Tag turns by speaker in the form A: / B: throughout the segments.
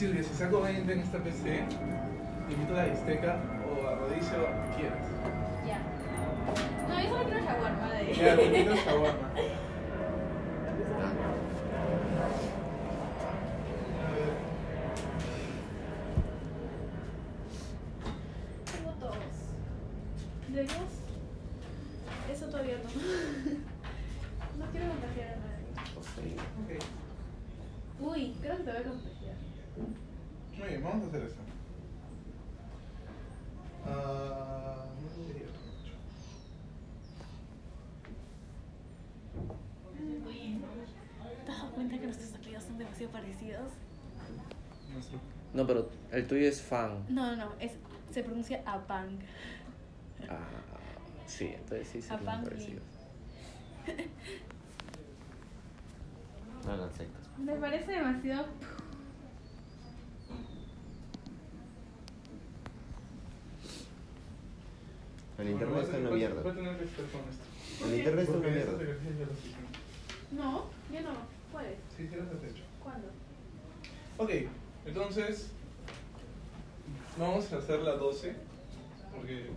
A: entra en esta PC, limita la bisteca o arrodilla lo que quieras.
B: Ya. No, yo solo quiero shawarma de.
A: Ya, limita shawarma.
B: Tengo todos. ¿De dos? Eso todavía no. No quiero contagiar a nadie.
A: Ok,
B: Uy, creo que te voy a contagiar.
A: muy bien, vamos a hacer eso. Ah, no diría mucho.
C: ¿Te has dado cuenta que nuestros apellidos son demasiado parecidos?
A: No sé.
D: No, pero el tuyo es fan.
C: No, no, no, es, se pronuncia Apang.
D: Ah, sí, entonces sí se
C: Apangli.
D: parecidos. No eran sectas.
B: Me parece demasiado.
E: El
A: Bueno,
E: internet
A: voy a
E: está
A: tener-
E: una
A: voy a-
E: mierda.
A: Voy a tener que estar con esto.
E: El internet está una
A: Porque
E: mierda.
A: estos ejercicios los hicimos.
B: No, yo no. ¿Cuál es?
A: Sí, sí, los has hecho.
B: ¿Cuándo?
A: Ok, entonces vamos a hacer la 12 porque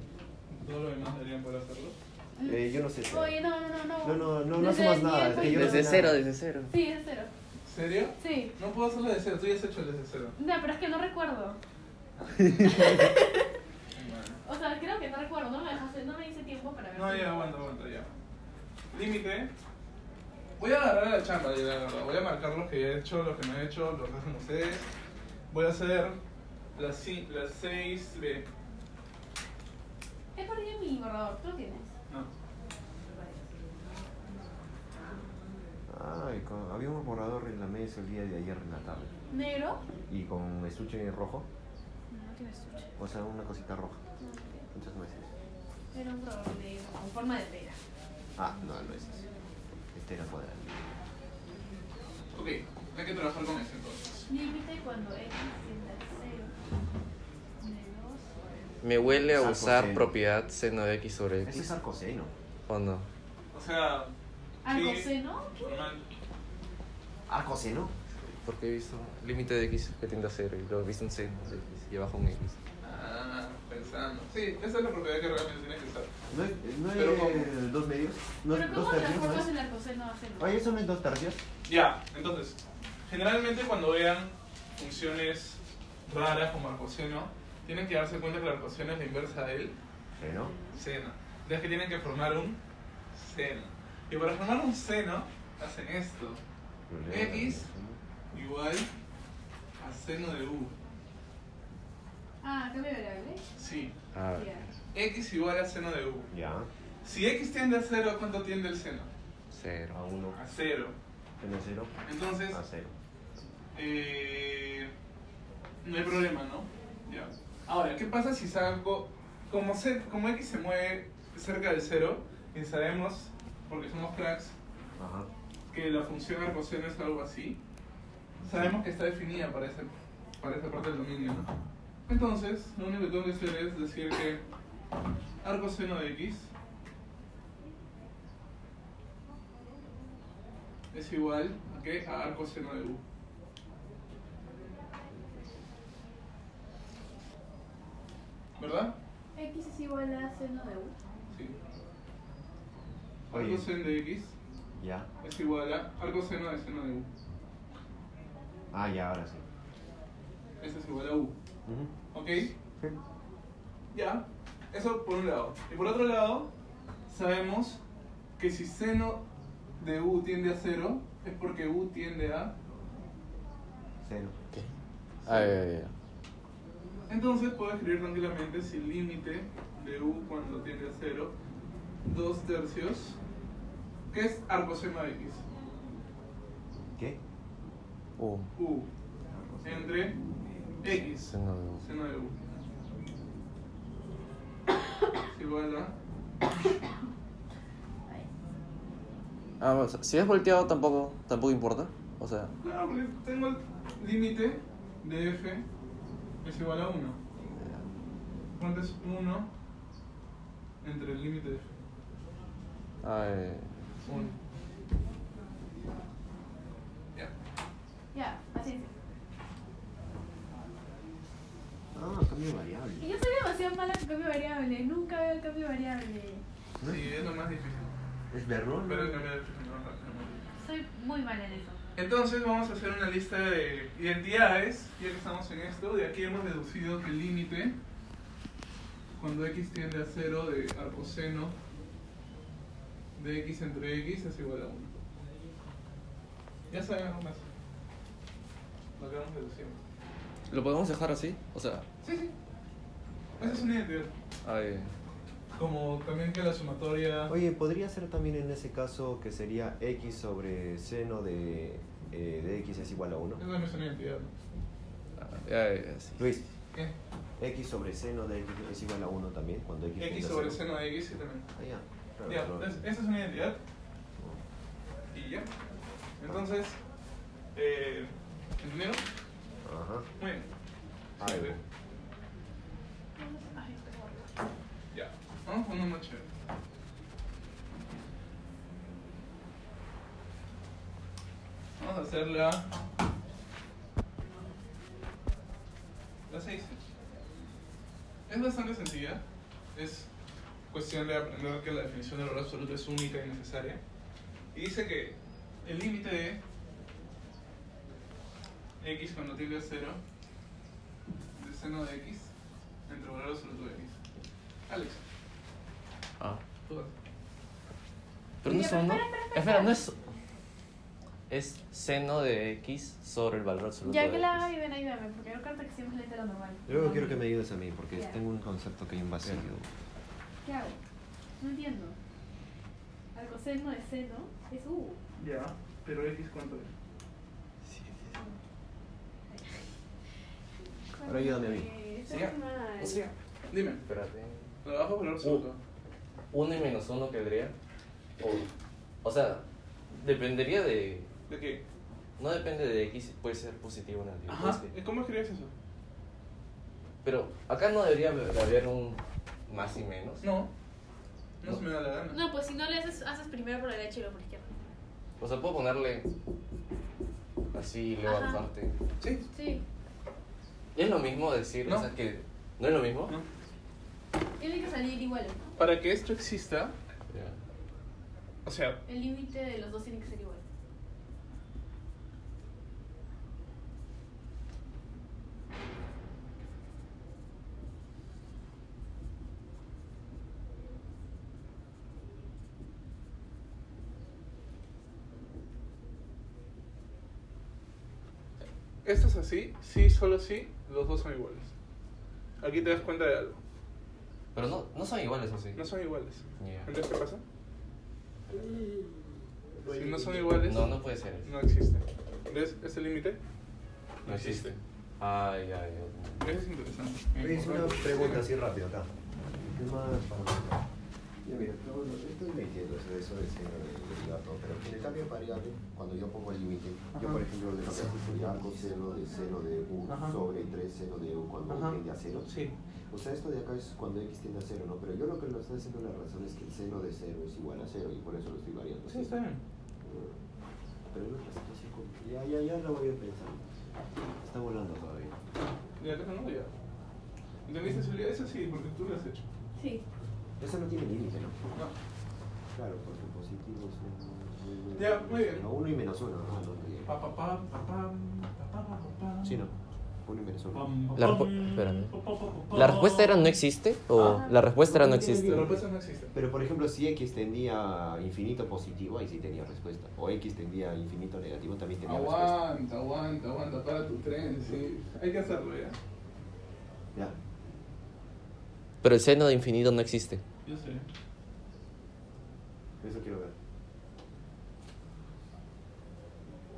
A: todo lo demás deberían poder hacerlo.
E: Eh, yo no sé. si-
B: Oye, no, no, no, no.
E: No, no, no, no
B: Desde
E: sumas
B: el
E: nada,
B: nivel
E: es que yo no
D: Desde
E: sé
D: cero,
E: nada.
D: desde cero.
B: Sí, es cero.
A: ¿Serio?
B: Sí.
A: No puedo hacerlo de cero, tú ya has hecho el de cero.
B: No, pero es que no recuerdo. O sea, creo que no recuerdo. No me dejaste, no me hice tiempo para ver.
A: No, ya, aguanta, aguanta, ya. Límite. Voy a agarrar la chamba, ya, la verdad. Voy a marcar los que he hecho, los que no he hecho, los que hacen ustedes. Voy a hacer las, ci- las 6B.
B: He perdido mi borrador. ¿Tú lo tienes?
A: No.
E: Ay, con- había un borrador en la mesa el día de ayer en la tarde.
B: ¿Negro?
E: Y con estuche rojo,
C: No tiene sushi.
E: o sea, una cosita roja.
B: No, no tiene.
E: Entonces no es ese.
B: Era un borrador negro con forma de pera.
E: Ah, no, no es ese. Este era cuadrado.
A: Ok, hay que trabajar con eso entonces.
B: Límite cuando X sienta cero. Menos.
D: Me huele a
E: Saco
D: usar
E: cero.
D: propiedad seno de x sobre
E: Ese es
D: x.
E: arcoseno.
D: ¿O no?
A: O sea,
B: ¿Algo
A: Sí.
B: seno?
A: normal.
E: ¿Arcoseno?
D: Porque he visto límite de x que tiende a cero y luego he visto un seno de x y abajo un x.
A: Ah, pensando. Sí, esa es la propiedad que realmente tienes que usar.
E: ¿No es, no es
A: Pero ¿cómo?
E: eh, dos medios? ¿No es
B: ¿Pero
E: dos
B: cómo
E: tercios? ¿no
B: transformas
E: es?
B: el arcoseno a seno?
E: Oye, ¿eso no es dos tercios?
A: Ya, entonces, generalmente cuando vean funciones raras como arcoseno, tienen que darse cuenta que el arcoseno es la inversa del
E: ¿Seno?
A: seno. Entonces que tienen que formar un seno. Y para formar un seno, hacen esto. X. Igual a seno de u.
B: Ah, cambio de variable.
A: Sí.
D: A ver.
B: Ya.
A: X igual a seno de u.
E: Ya,
A: Si x tiende a cero, ¿cuánto tiende el seno?
E: a
D: Cero.
E: uno,
A: A cero.
E: seno cero,
A: Entonces,
E: a cero.
A: Eh, no hay problema, ¿no? Ya. Ahora, ¿qué pasa si salgo... Como, se, como X se mueve cerca del cero, y sabemos, porque somos cracks,
E: Ajá.
A: que la función arcoseno es algo así, sabemos que está definida para, ese, para esa parte del dominio, ¿no? Entonces, lo único que tengo que hacer es decir que arcoseno de X es igual a, ¿qué? a arcoseno de U. ¿Verdad?
B: X es igual a seno de U.
A: Sí.
E: Oye.
A: Arcoseno de X
E: Ya.
A: es igual a arcoseno de seno de U.
E: Ah, ya, ahora sí.
A: Eso es igual a U.
E: Ujú.
A: ¿Ok? Ya. Eso por un lado. Y por otro lado, sabemos que si seno de U tiende a cero, es porque U tiende a...
E: Cero.
D: Ay, ay, ay.
A: Entonces puedo escribir tranquilamente si el límite de U cuando tiende a cero, dos tercios, que es arcoseno de X.
E: ¿Qué?
D: Uh,
A: U entre X,
D: seno de u.
A: seno de U. Es igual a...
D: Ah, o sea, si es volteado tampoco, tampoco importa. O sea,
A: Claro, porque tengo el límite de f es igual a 1. ¿Cuánto es 1 entre el límite de f?
D: ay,
A: 1. Ya.
B: Ya, así es.
E: Ah, cambio de variable.
F: Y yo soy demasiado mala con cambio variable. Nunca veo el cambio variable.
E: ¿No?
A: Sí, es lo más difícil.
E: ¿Es verlo?
A: Pero el cambio de no, no, no.
F: Soy muy mala en eso.
A: Entonces vamos a hacer una lista de identidades, ya que estamos en esto, de aquí hemos deducido que el límite, cuando x tiende a 0 de arcoseno de x entre x es igual a 1. Ya sabemos más. Lo que vamos deduciendo.
D: ¿Lo podemos dejar así? O sea,
A: Sí, sí. Esa es una identidad.
D: ay,
A: Como también que la sumatoria...
E: Oye, podría ser también en ese caso que sería x sobre seno de, eh, de x es igual a 1.
A: Esa también es una identidad.
D: ay, ay, sí.
E: Luis,
A: ¿Qué?
E: x sobre seno de x es igual a 1 también cuando x,
A: X
E: tiende a
A: sobre
E: cero.
A: seno de x y también.
E: Ah, ya. Claro,
A: Ya,
E: claro.
A: entonces, esa es una identidad. Y ya. Entonces, eh, ¿entendieron?
E: Ajá.
A: Muy bien.
E: Algo.
C: Ay,
A: Ya. Vamos con uno más chévere. Vamos a hacer la. La 6. Es bastante sencilla. Es cuestión de aprender que la definición del valor absoluto es única y necesaria. Y dice que el límite de x cuando tilde es 0 de seno de x entre valor absoluto de x. Alex,
D: Ah.
A: tú vas.
D: Pero no
F: Ya,
D: es
F: pero
D: uno.
F: espera, espera,
D: Espera,
F: espera.
D: no es. Es seno de x sobre el valor absoluto.
F: Ya
D: de
F: que la
D: X.
F: haga y ven, ayúdame, porque yo creo que siempre le hice lo normal.
E: Luego quiero que me ayudes a mí porque
F: Ya.
E: tengo un concepto que hay un vacío.
F: ¿Qué hago? No entiendo. Al coseno de seno es u.
A: Ya, pero X cuánto es.
E: Ahora ayúdame a mí.
F: Eh, está
D: Sería-
F: mal.
D: O sea,
A: Dime,
D: espérate.
A: trabajo por el
D: Uh.
A: absoluto.
D: 1 y menos 1 quedaría. O, o sea, dependería de.
A: ¿De qué?
D: No depende de x, puede ser positivo o negativo.
A: Ajá.
D: puede ser-
A: ¿Cómo escribes eso?
D: Pero acá no debería haber un más y menos.
A: No. No,
D: No.
A: se me da la gana.
C: No, pues si no le haces, haces primero por la derecha y luego por la izquierda.
D: O sea, puedo ponerle así y luego
C: Ajá.
D: aparte.
A: Sí.
F: Sí.
D: Es lo mismo decir,
A: No.
D: o sea, que no es lo mismo.
A: No.
F: Tiene que salir igual, ¿no?
A: Para que esto exista,
D: Ya.
A: o sea,
F: El límite de los dos tiene que ser igual.
A: esto es así, sí, solo sí, los dos son iguales. Aquí te das cuenta de algo.
D: Pero no, no son iguales así.
A: No son iguales.
D: Ya.
A: Entonces, ¿qué pasa? Si no son iguales,
D: No, no puede ser.
A: no existe. ¿Ves ese límite?
D: No existe. Ay, ay, Dios mío.
A: Eso es interesante.
E: Luis, una
A: Importante.
E: pregunta así rápido acá. ¿Qué más para Yo mira, no, no, estoy metiendo eso, eh, eso de seno de derivar todo, pero en el cambio de variable, cuando yo pongo el límite, yo por ejemplo de lo que hago soy arco seno de seno de u
A: Ajá.
E: sobre 3 seno de u cuando
A: Ajá.
E: u tiende a cero.
A: Sí.
E: O sea, esto de acá es cuando x tiende a cero, ¿no? Pero yo lo que lo estoy haciendo la razón es que el seno de cero es igual a cero y por eso lo estoy variando.
A: Sí, está bien.
E: Pero es otra situación compl- Ya, ya, ya lo voy a pensar. Está volando todavía.
A: Ya, creo que no, ya. ¿Entendiste, Julia? Eso sí, porque tú lo has hecho.
F: Sí.
E: Eso no tiene límite, ¿no?
A: No.
E: Claro, porque positivo es un...
A: Ya, muy bien.
E: No, uno y menos uno, ¿no? No, no llega.
A: Pa, pa, pa, pa, pam, pa, pa, pa, pa, pam.
E: Sí, no. Uno y menos uno.
A: Pam, pa,
D: La
A: pam,
D: repu- espérame.
A: pa, pa, pa, pa, pa.
D: ¿La respuesta era no existe? ¿O
F: Ajá.
D: la respuesta era no
A: La
D: existe?
A: respuesta no existe.
E: Pero por ejemplo, si x tendía a infinito positivo, ahí sí tenía respuesta. O x tendía a infinito negativo, también
A: Ah,
E: tenía respuesta.
A: Aguanta, aguanta, aguanta, para tu tren, sí. Hay que hacerlo ya.
E: Ya.
D: Pero el seno de infinito no existe.
A: Yo sé.
E: Eso quiero ver.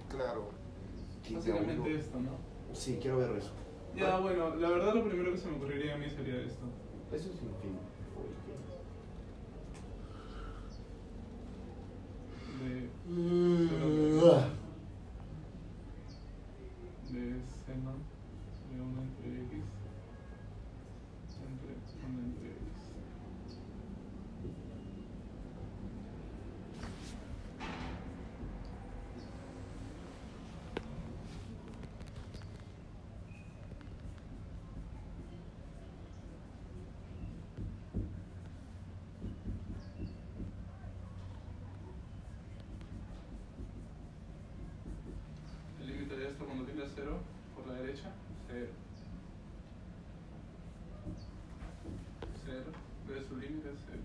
E: Claro.
A: Básicamente esto, ¿no?
E: Sí, quiero ver eso.
A: Ya, bueno, la verdad lo primero que se me ocurriría a mí sería esto.
E: Eso es infinito.
A: De, Mm. de seno de 1 entre x. Entre 1 entre x. tira 0 por la derecha, 0. 0, ve su límite, 0.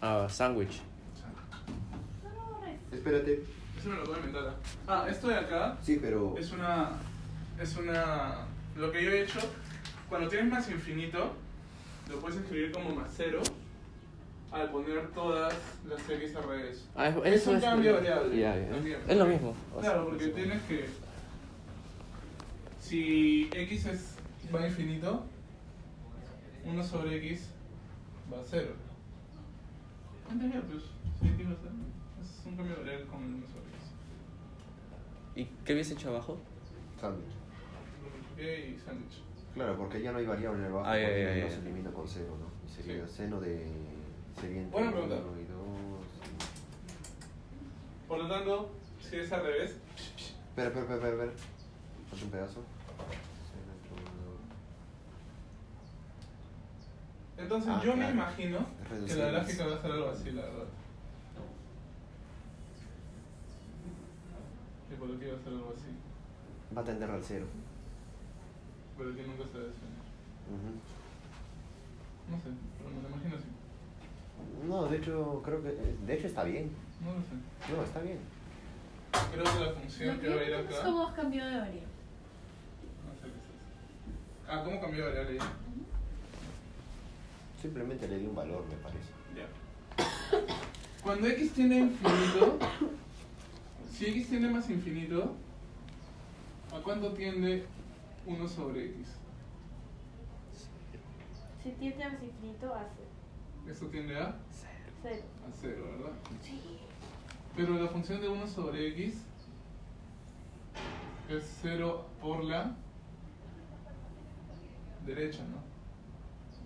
D: Ah, sándwich.
F: No lo borres.
E: Espérate.
A: Eso me lo puedo inventar. ¿ah? Ah, esto de acá
E: Sí, pero.
A: es una. Es una. Lo que yo he hecho, cuando tienes más infinito, lo puedes escribir como más 0 al poner todas las x al revés.
D: Ah, es,
A: Es
D: eso
A: un
D: es,
A: cambio variable.
D: Ya, ya.
A: También.
D: Es lo mismo. O sea,
A: Claro, porque tienes que. Si x es, va a infinito, 1 sobre x va a 0. Antes ya, pues, si x va a 0, es un cambio variable con el 1 sobre x.
D: ¿Y qué hubiese hecho abajo?
E: Sándwich.
A: Ok, y sándwich.
E: Claro, porque ya no hay variable en el bajo.
D: Ah, ya,
E: porque
D: ya,
E: no
D: ya.
E: se elimina con cero, ¿no? Y sería
A: Sí.
E: seno de. Sería entre
A: Buena pregunta.
E: uno y dos.
A: Por lo tanto, si es al revés,
E: Espera, espera, espera, espera, espera. Haz un pedazo. Seno entre uno.
A: entonces
E: Ah,
A: yo me
E: claro.
A: imagino que
E: Reducimos.
A: la gráfica va a ser algo así, la verdad. Y por lo que va a ser algo así,
E: Va a tender al cero.
A: pero que nunca se va a definir.
E: Ujú.
A: No sé, pero me lo imagino así.
E: No, de hecho, creo que. De hecho, está bien.
A: No lo sé.
E: No, está bien.
A: Creo que la función
C: Lo
A: que va a ir
C: que
A: acá.
C: es como has cambiado de variable.
A: No sé qué es eso. Ah, ¿cómo cambió la ley?
E: Simplemente le di un valor, me parece.
A: Ya. Cuando x tiene infinito, si x tiene más infinito, ¿a cuánto tiende 1 sobre x?
B: Si tiende más infinito, hace
A: Esto tiende a, a
B: cero.
A: 0, ¿verdad? Pero la función de 1 sobre x es 0 por la derecha, ¿no?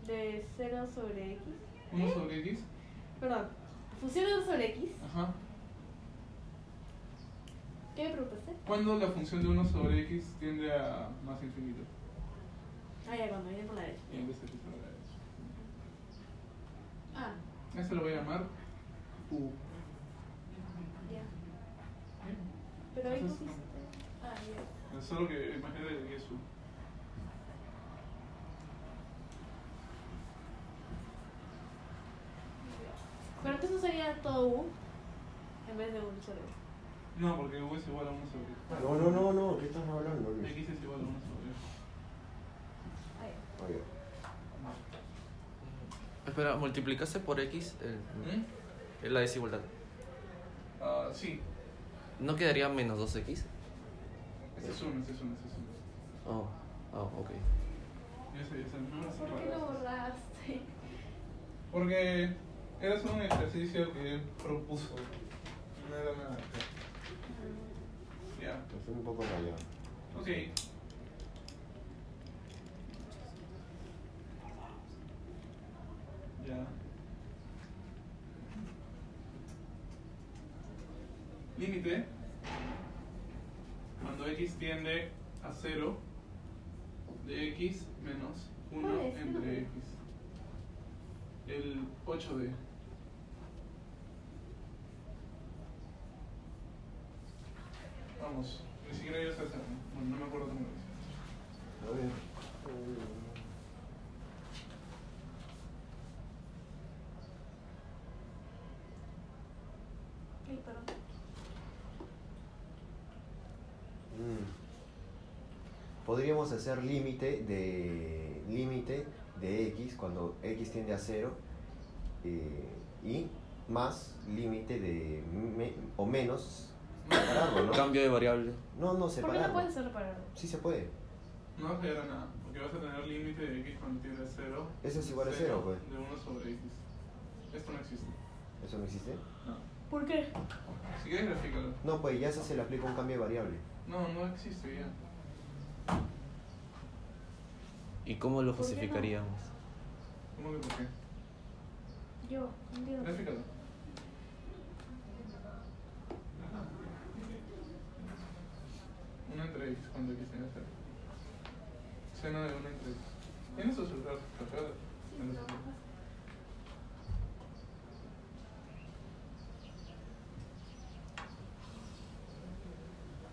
B: De 0 sobre x.
A: 1 sobre x,
B: Perdón. Función de 1 sobre x.
A: ajá,
B: ¿Qué me preguntaste?
A: ¿Cuándo la función de 1 sobre x tiende a más infinito?
B: Ah, ya, cuando viene por la derecha.
A: Y en vez de pisar a la derecha.
B: Ah,
A: Eso lo voy a llamar
D: Uh,
A: u.
B: ya.
A: Bien.
B: Pero ahí
A: Entonces,
B: pusiste. Ah, ya.
A: Solo que imagínate que es u.
B: Pero entonces sería todo u en vez de 1 sobre x.
A: No, porque u es igual a 1 sobre x.
E: No, no, no, no, ¿qué estás hablando? Luis?
A: X es igual a 1 sobre x.
B: Ah, ya.
E: Oye,
D: Espera, multiplicaste por X el-
A: ¿Mm?
D: la desigualdad.
A: Ah, sí,
D: ¿No quedaría menos 2X?
A: ese es 1, ese es 1, ese es 1.
D: Oh, oh, ok.
A: Ya sé, ya sé. No, es
B: ¿Por qué lo
E: pues.
B: borraste?
A: Porque era solo un ejercicio que él propuso. No era nada. Ya.
E: estoy un poco rayado.
A: Ok. Ya. Límite. Cuando x tiende a 0 de x menos 1
B: ¿Cuál es?
A: entre x. El 8d. Vamos, ni siquiera yo sé hacer, ¿no? Bueno, no me acuerdo cómo lo hice.
E: A ver.
B: Ay, perdón.
E: Mm. Podríamos hacer límite de límite de x cuando x tiende a 0 y más límite de me- o menos separarlo, ¿no?
D: Cambio de variable.
E: No, no,
B: ¿Por qué no
E: separarlo.
B: puedes hacerlo para
E: Sí se puede.
A: No vas a llegar a nada, porque vas a tener límite de x cuando tiende a 0.
E: Eso es igual a cero, pues.
A: De 1 sobre x. Esto no existe.
E: ¿Eso no existe?
A: No.
B: ¿Por qué?
A: Si quieres, grafícalo.
E: No, pues ya eso se le aplica un cambio de variable.
A: No, no existe ya.
D: ¿Y cómo lo
B: ¿Por qué no?
D: justificaríamos?
A: ¿Cómo que por qué?
B: Yo, no entiendo.
A: Grafícalo. Una entre x cuando x tiende a 0. Seno de 1 entre x. ¿Tienes su celular?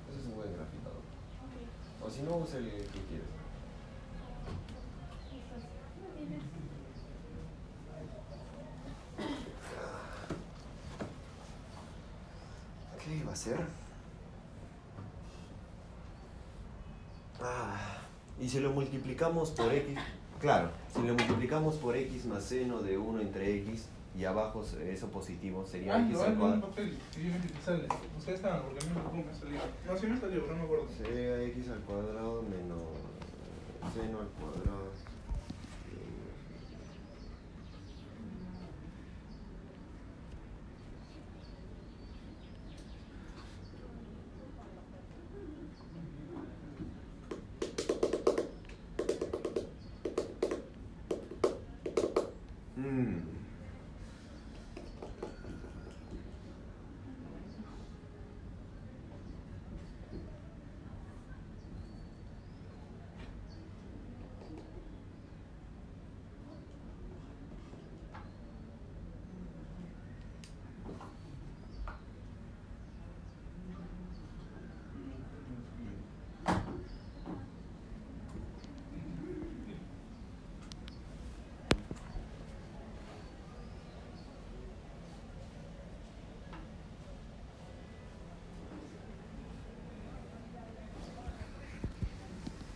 E: Eso es un buen graficador. cero o es el que quieres? ¿Qué iba a hacer? Ah, y si lo multiplicamos por x, claro, si lo multiplicamos por x más seno de 1 entre x y abajo eso positivo sería
A: Ah,
E: x
A: no, algo
E: al
A: en un
E: cuadrado.
A: papel. Y yo me sale. Ustedes estaban, porque a mí tampoco me salía. No, sí me salió, pero no me acuerdo.
E: Sería x al cuadrado menos seno al cuadrado. Mm.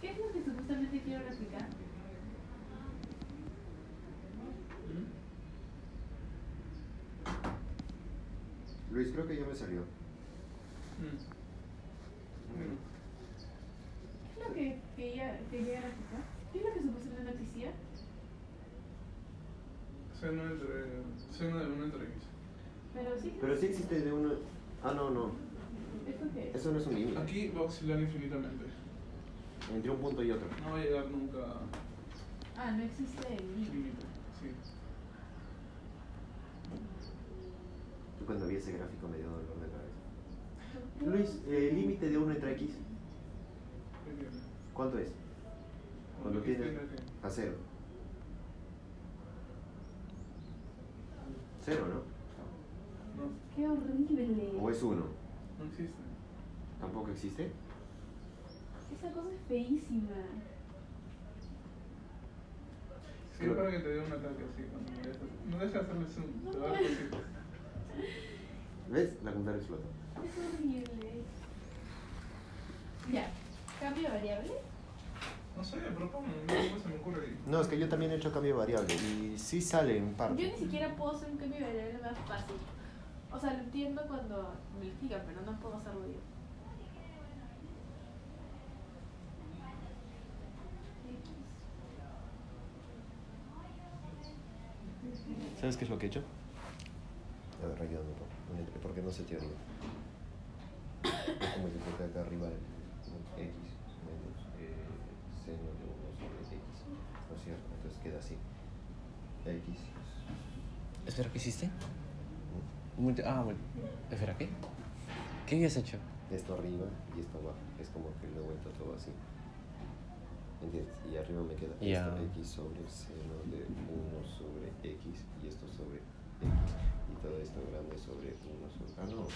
F: ¿Qué es lo que supuestamente quiero replicar?
A: ¿Mm?
E: Luis, creo que ya me salió.
A: Mm. Mm.
F: ¿Qué es lo que quería, quería replicar? ¿Qué es lo que supuestamente decía?
A: Seno entre. Seno de 1 entre x.
F: Pero sí,
E: Pero sí existe de uno. Ah, no, no.
F: ¿esto qué es?
E: Eso no es un límite.
A: Aquí va a oscilar infinitamente.
E: Entre un punto y otro.
A: No va a llegar nunca a
F: Ah, no existe el
A: un
F: límite.
A: límite. Sí.
E: Yo cuando vi ese gráfico me dio dolor de cabeza. Luis, eh, el límite de 1 entre x,
A: ¿Qué tiene?
E: ¿cuánto es? Cuando
A: X
E: tiene-
A: tiene que-
E: A cero. Cero,
A: No,
F: ¡Qué horrible!
E: ¿no? ¿O es 1?
A: no existe.
E: ¿Tampoco existe?
F: Esa cosa es feísima.
A: Sí, para que te dé un ataque así. Cuando me dejas- no dejes hacerle zoom. Te va a dar cositas.
E: ¿Ves? La computadora explota.
F: Es horrible. Ya, cambio de variable.
A: No sé, propongo. No se me ocurre.
E: No, es que yo también he hecho cambio de variable y sí sale en
B: Yo ni siquiera puedo hacer un cambio de variable más fácil. O sea, lo entiendo cuando me lo explican, pero no puedo hacerlo yo.
E: ¿Sabes qué es lo que he hecho? A ver, ayúdame, por- un- porque no sé teoría. Es como yo creo que acá arriba el- el x menos eh, seno de 1 sobre x. ¿No es cierto? Entonces queda así. x.
D: Espera, ¿qué hiciste? Multi- ah, multi- espera, ¿qué? ¿Qué habías hecho?
E: Esto arriba y esto abajo. Es como que lo he vuelto todo así. ¿Entiendes? Y arriba me queda
D: Ya.
E: esto, x sobre seno de 1 sobre x y esto sobre x. Y todo esto grande sobre 1 sobre... Ah, no.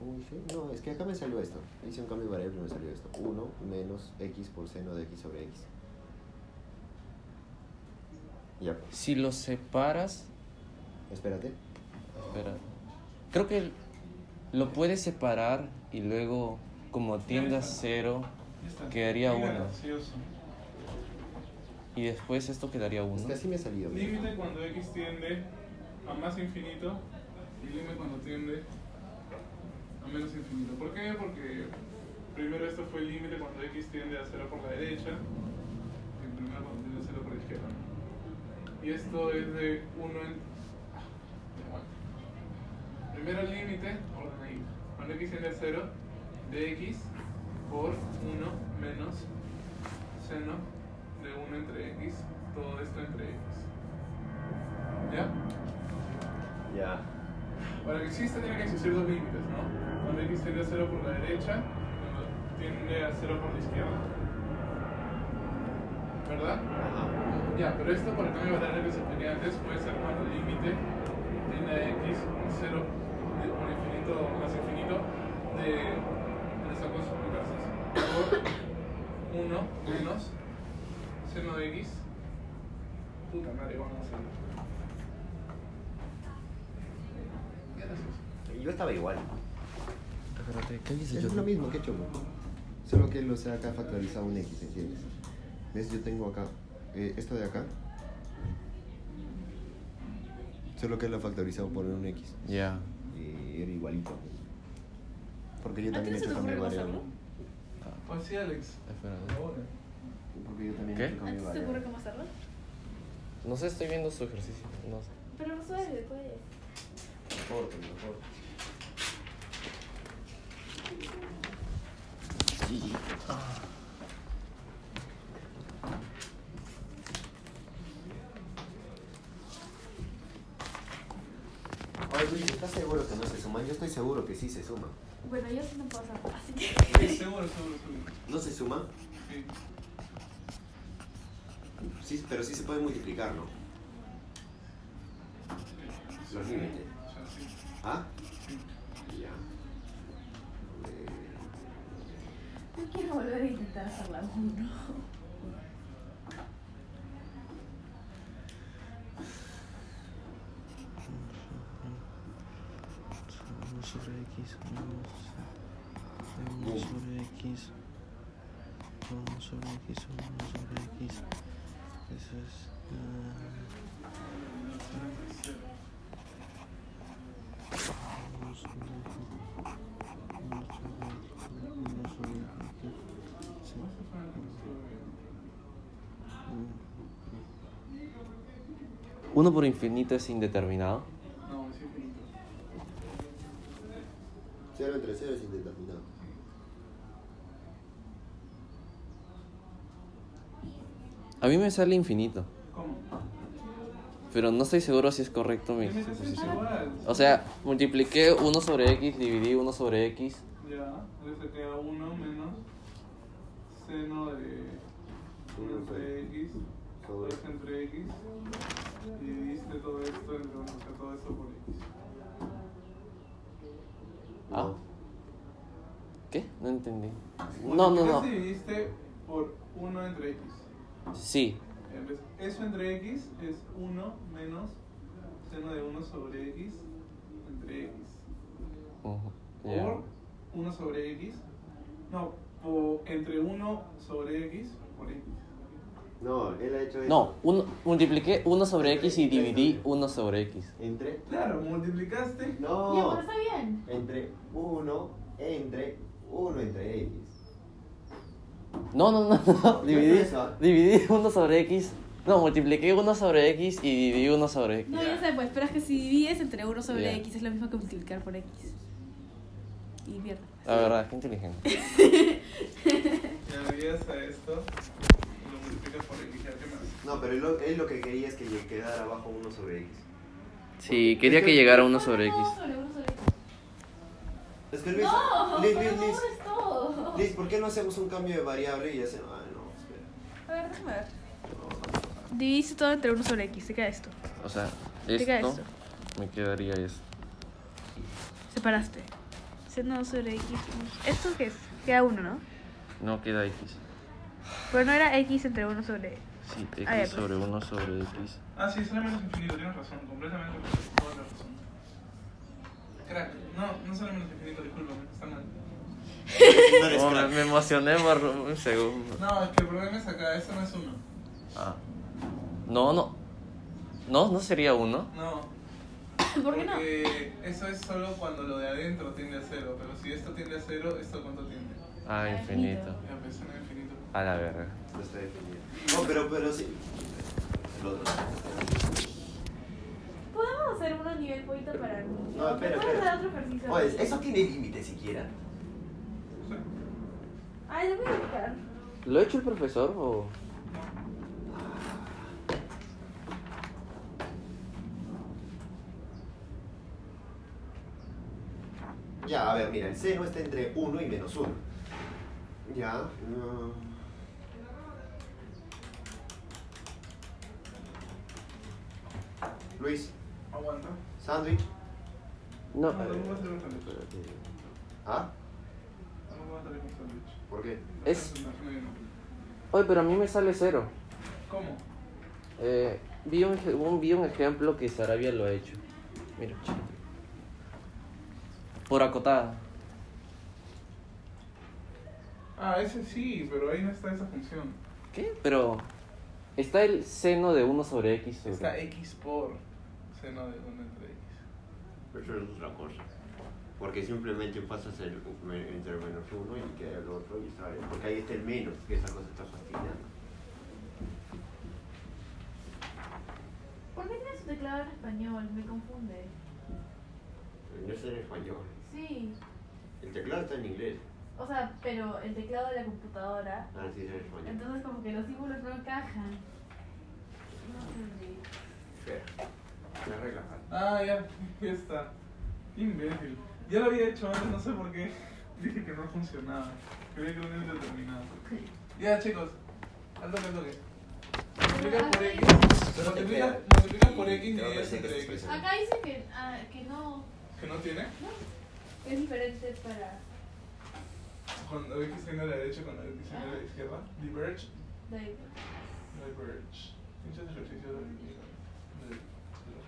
E: ¿Cómo hice? No, es que acá me salió esto. Hice un cambio de variable y me salió esto. 1 menos x por seno de x sobre x. Ya, pues.
D: Si los separas,
E: Espérate.
D: espera. Creo que lo puedes separar y luego, como tienda cero,
A: Ya está.
D: Quedaría
A: Mira,
D: uno.
A: gracioso.
D: y después esto quedaría
E: Es
D: uno.
E: que así me ha salido. mira.
A: Límite cuando x tiende a más infinito y límite cuando tiende a menos infinito. ¿Por qué? Porque primero esto fue el límite cuando x tiende a 0 por la derecha y primero cuando tiende a 0 por la izquierda. Y esto es de 1 en... ah, da igual. Primero límite, orden ahí. Cuando x tiende a 0, de x por 1 menos seno de 1 entre x, todo esto entre x. ¿Ya?
E: Ya.
A: Para que exista tiene que existir dos límites, ¿no? Cuando x tiende a 0 por la derecha, cuando tiende a 0 por la izquierda. ¿Verdad?
E: Ajá.
A: Ya, pero esto por el cambio de variable que se tenía antes puede ser cuando el límite tiende a x, 0 por infinito más infinito de, de esa cosa, por 1 menos seno de x. Puta madre, vamos a hacerlo. ¿Qué era eso?
E: Yo estaba igual.
D: Espérate, ¿qué dice
E: Eso es lo mismo que Choco. Solo que lo sea acá factorizado un X, ¿entiendes? ¿Ves? Yo tengo acá, eh, esto de acá. Solo que lo he factorizado por un X.
D: Ya.
E: Y era igualito. Porque yo
C: ¿A ti
E: también
C: no
E: he
C: se te
E: hecho
C: ocurre cómo
E: cambio variable.
C: hacerlo?
A: Pues sí, Alex.
D: Espérate.
A: Ahora.
E: Porque yo también
D: ¿Qué?
E: he hecho
C: ¿A ti se
E: cambio
C: te ocurre
E: variable.
C: cómo hacerlo?
D: No sé, estoy viendo su ejercicio. No sé.
B: Pero no suele, puede.
E: Corte, mejor. Oye, Luis, ¿estás seguro que no se suman? Yo estoy seguro que sí se suman.
B: Bueno, yo sí no puedo hacerlo, así que.
A: Sí, seguro, seguro, seguro.
E: ¿No se suman?
A: Sí.
E: Sí, pero sí se puede multiplicar, ¿no? Los límites.
A: O sea, sí.
E: ¿Ah?
A: Sí.
E: Ya.
B: No quiero volver a intentar hacer la 1.
D: sobre x
E: Boom.
D: 1 sobre x 1 sobre x 1 sobre x eso es ah, uno sobre x, uno sobre x, uno sobre x, sí, mm. ¿Uno por infinito es indeterminado?
A: No, es infinito.
E: 0 entre 0 es indeterminado.
D: A mí me sale infinito,
A: ¿Cómo?
D: pero no estoy seguro si es correcto mi
A: ¿Qué me haces
D: suposición.
A: igual?
D: O sea, multipliqué 1 sobre x, dividí 1 sobre x.
A: Ya, entonces te queda 1 menos seno de
E: Uno
A: 1 entre x, 2 entre x, y dividiste todo esto entre 1, o sea, todo esto por x.
D: Ah. ¿Qué? No entendí. No, no,
A: Multiplicas
D: no.
A: y dividiste por 1 entre x.
D: Sí.
A: Entonces, Eso entre x es 1 menos seno de 1 sobre x entre x.
D: Ujú, ya.
A: por 1 sobre x. No, o entre 1 sobre x por x.
E: No, él ha hecho eso.
D: No, uno- multipliqué 1 sobre x y dividí 1 sobre x.
E: Entre.
A: Claro, multiplicaste.
C: Oh.
E: No.
B: Ya, bueno, está bien.
E: Entre 1, entre 1 entre X.
D: No, no, no, no.
E: ¿Qué
D: Dividí,
E: es eso?
D: dividí 1 sobre x. No, multipliqué 1 sobre x y dividí 1 sobre x.
C: No, ya sé, pues, pero es que si divides entre 1 sobre
D: Ya.
C: x es lo mismo que multiplicar por x. Y mierda.
D: La verdad, qué inteligente.
A: Te olvidas a esto y lo multiplicas por x. ¿Ya qué más?
E: No, pero él lo, él lo que quería es que le quedara abajo 1 sobre X.
D: Sí, quería que llegara 1 sobre x.
B: No, sobre 1 sobre x.
E: Es que Luis.
B: No,
E: Liz,
B: pero
E: Liz,
B: no
E: Liz.
B: es todo.
E: Liz, ¿por qué no hacemos un cambio de variable y hacemos. Ah, no, espera.
C: A ver, déjame ver.
E: No, vamos a-
C: Dividiste todo entre 1 sobre x, se queda esto.
D: O sea,
C: Te queda
D: esto
C: esto.
D: me quedaría esto.
C: Separaste. Seno 2 sobre x. ¿Esto qué es? Queda 1, ¿no?
D: No queda x.
C: Pero no era x entre 1 sobre
D: Sí, x
C: Ah, ya, pues.
D: sobre 1 sobre x.
A: Ah, sí, solamente infinito. Tienes razón, completamente toda la razón. Crack, no, no solamente infinito, discúlpame, está mal.
E: No eres
D: Oh, me,
E: crack.
D: me emocioné por un segundo.
A: No, es que el problema es acá, eso no es 1.
D: Ah. No, no. No, no sería 1.
A: No.
B: ¿Por qué no?
A: Porque eso es solo cuando lo de adentro tiende a cero, pero si esto tiende a cero, ¿esto cuánto tiende?
D: Ah, infinito.
A: Ya pensé en infinito.
D: A la verga.
E: No está definido. No, pero, pero sí. El otro.
B: Podemos hacer uno a nivel poquito para.
E: No, espera,
B: Podemos
E: espera.
B: hacer otro ejercicio.
E: Oye, ¿eso tiene límite siquiera?
B: Ay, lo voy a buscar.
D: ¿Lo ha hecho el profesor o.?
E: Ya, a ver, mira, el seno está entre 1 y menos 1. Ya. mm. Luis,
A: Aguanta.
E: sándwich.
D: No.
A: No, tampoco va a ser un sándwich.
E: ¿Ah?
A: Tampoco va a salir un sándwich.
E: ¿Por qué?
D: Es-
A: No, no, no.
D: Oye, pero a mí me sale cero.
A: ¿Cómo?
D: Eh, vi, un, ej- un- vi un ejemplo que Sarabia lo ha hecho. Mira. Por acotada.
A: Ah, ese sí, pero ahí no está esa función.
D: ¿Qué? Pero está el seno de 1 sobre x sobre...
A: Está x por seno de 1 entre x.
E: Pero eso es otra cosa. Porque simplemente pasas el, entre menos uno y queda el otro y sale. Porque ahí está el menos, que esa cosa está fascinando.
B: ¿Por qué tiene su teclado en español? Me confunde.
E: No está en español.
B: Sí.
E: El teclado está en inglés.
B: O sea, pero el teclado de la computadora.
E: Ah, sí, está en español.
B: Entonces como que los símbolos no encajan. No entendí.
E: Espera. La regla.
A: Ah, ya, ya está. Imbécil. Ya lo había hecho antes, no sé por qué. Dije que no funcionaba. Creía que era un indeterminado. Ya, chicos. Al toque, al toque. Multiplica por x. Multiplica, multiplica por x y es entre x.
B: Acá dice que, ah, que no.
A: ¿Que no tiene?
B: Es diferente para
A: Cuando x tiene a la derecha, cuando x tiene a la izquierda. Diverge,
B: David.
A: diverge. Muchos ejercicios de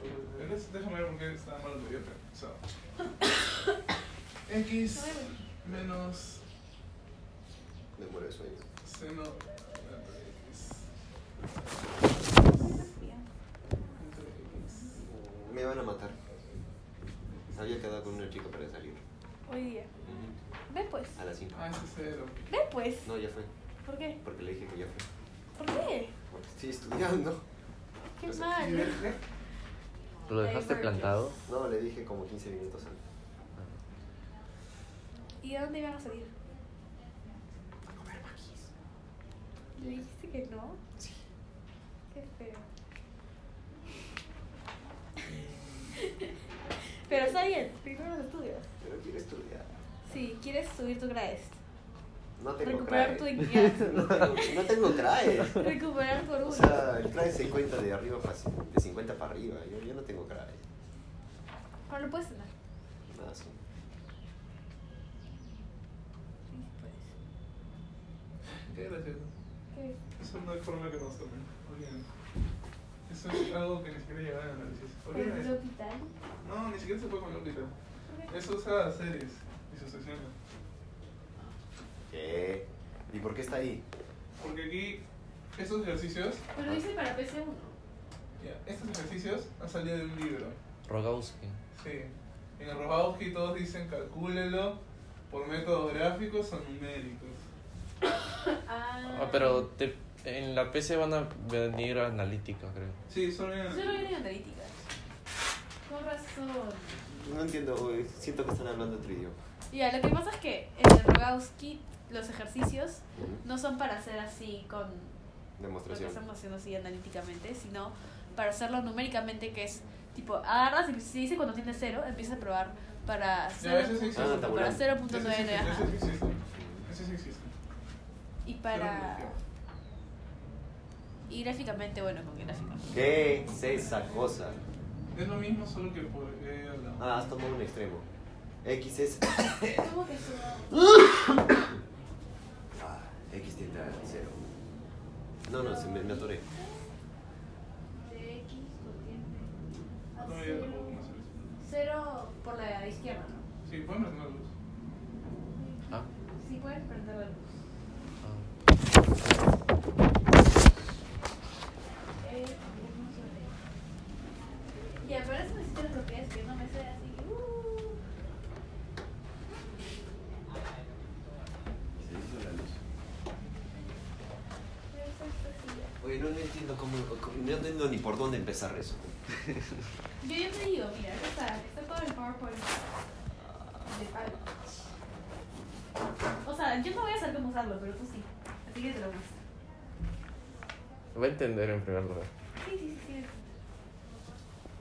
A: de- de- de- de- Déjame ver por qué está mal el idiota. So. x menos
G: Me muero de sueño.
A: Seno entre X. Entre X.
E: Me van a matar. Había quedado con una chica para salir.
H: Hoy día. Después.
E: A las 5.
A: Ah, ese es cero.
H: Después.
E: No, ya fue.
H: pues. ¿Por qué?
E: Porque le dije que ya fue.
H: ¿Por qué?
E: Porque estoy estudiando.
H: Qué
E: Pues
B: Ah,
H: mal.
E: ¿eh?
A: Diverge.
D: ¿Lo dejaste plantado?
E: No, le dije como 15 minutos antes.
H: ¿Y a dónde iban a salir? A comer maquis. ¿Le dijiste que no? Sí. Qué feo.
E: Eh.
H: Pero está bien, primero los estudios.
E: Pero quiero estudiar.
H: Si quieres subir tu grades,
E: No tengo
H: recuperar tu
E: CRAE.
H: identidad,
E: No tengo- no tengo CRAE.
H: recuperar por
E: O
H: uno.
E: sea, el CRAE se cuenta de arriba para c- de 50 para arriba. Yo, yo no tengo CRAE.
H: Bueno, puedes cenar.
E: Nada así.
A: Qué gracioso.
H: ¿Qué?
A: Eso no hay forma que nos tomen. Olviden. Eso es algo que ni siquiera lleva en análisis. Olviden
B: ¿El
A: eso.
B: hospital?
A: No, ni siquiera se puede poner ahorita.
E: Ah.
A: Eso usa series y sus secciones.
E: ¿Qué? ¿Y por qué está ahí?
A: Porque aquí, estos ejercicios,
B: Pero dice para PC1.
A: ya, estos ejercicios han salido de un libro.
D: Rogowski.
A: Sí. En el Rojavski todos dicen calcúlelo por métodos gráficos o numéricos.
B: Ah,
D: Ah, pero te- en la PC van a venir analítica, creo.
A: Sí, son en...
B: Solo viene analíticas. Con razón.
E: No entiendo, güey. siento que están hablando otro idioma.
B: Ya, lo que pasa es que en el Rogowski los ejercicios no son para hacer así con lo que
E: Demostración.
B: estamos haciendo así analíticamente, sino para hacerlo numéricamente, que es tipo, agarras y si dice cuando tiene cero, empiezas a probar para
A: Ya, eso sí
B: cero-
A: existe.
E: Ah,
B: para
E: tabulando.
B: 0.9
A: Ese sí
B: ajá,
A: existe, ese sí existe. Ese sí existe.
B: y para... Y gráficamente, bueno, con gráfica.
E: ¿Qué es esa cosa?
A: Es lo mismo, solo que por. eh, la-
E: Ah, has tomado un extremo. X es.
B: ¿Cómo que eso?
E: Ah, X tiende a cero. No, no, se me, me atoré.
B: de X
A: no, ya
B: contiene
A: tampoco me
B: a
A: sale.
B: cero por la izquierda, ¿no?
A: Sí, pueden prender la luz.
D: Ah,
B: Sí puedes prender la luz.
D: ah.
B: Eh, uno sobre. Ya, pero eso necesito las propiedades que yo no me sé, así que... Uh,
E: Se hizo la luz.
B: pero eso es así.
E: Oye, no, no entiendo cómo, cómo- No entiendo ni por dónde empezar eso.
B: Yo ya te digo, mira, acá está, está todo el PowerPoint. De algo. O sea, yo no voy a saber cómo usarlo, pero tú sí. Así que te lo gusta.
D: Va a entender en primer lugar.
B: Sí, sí, sí, sí.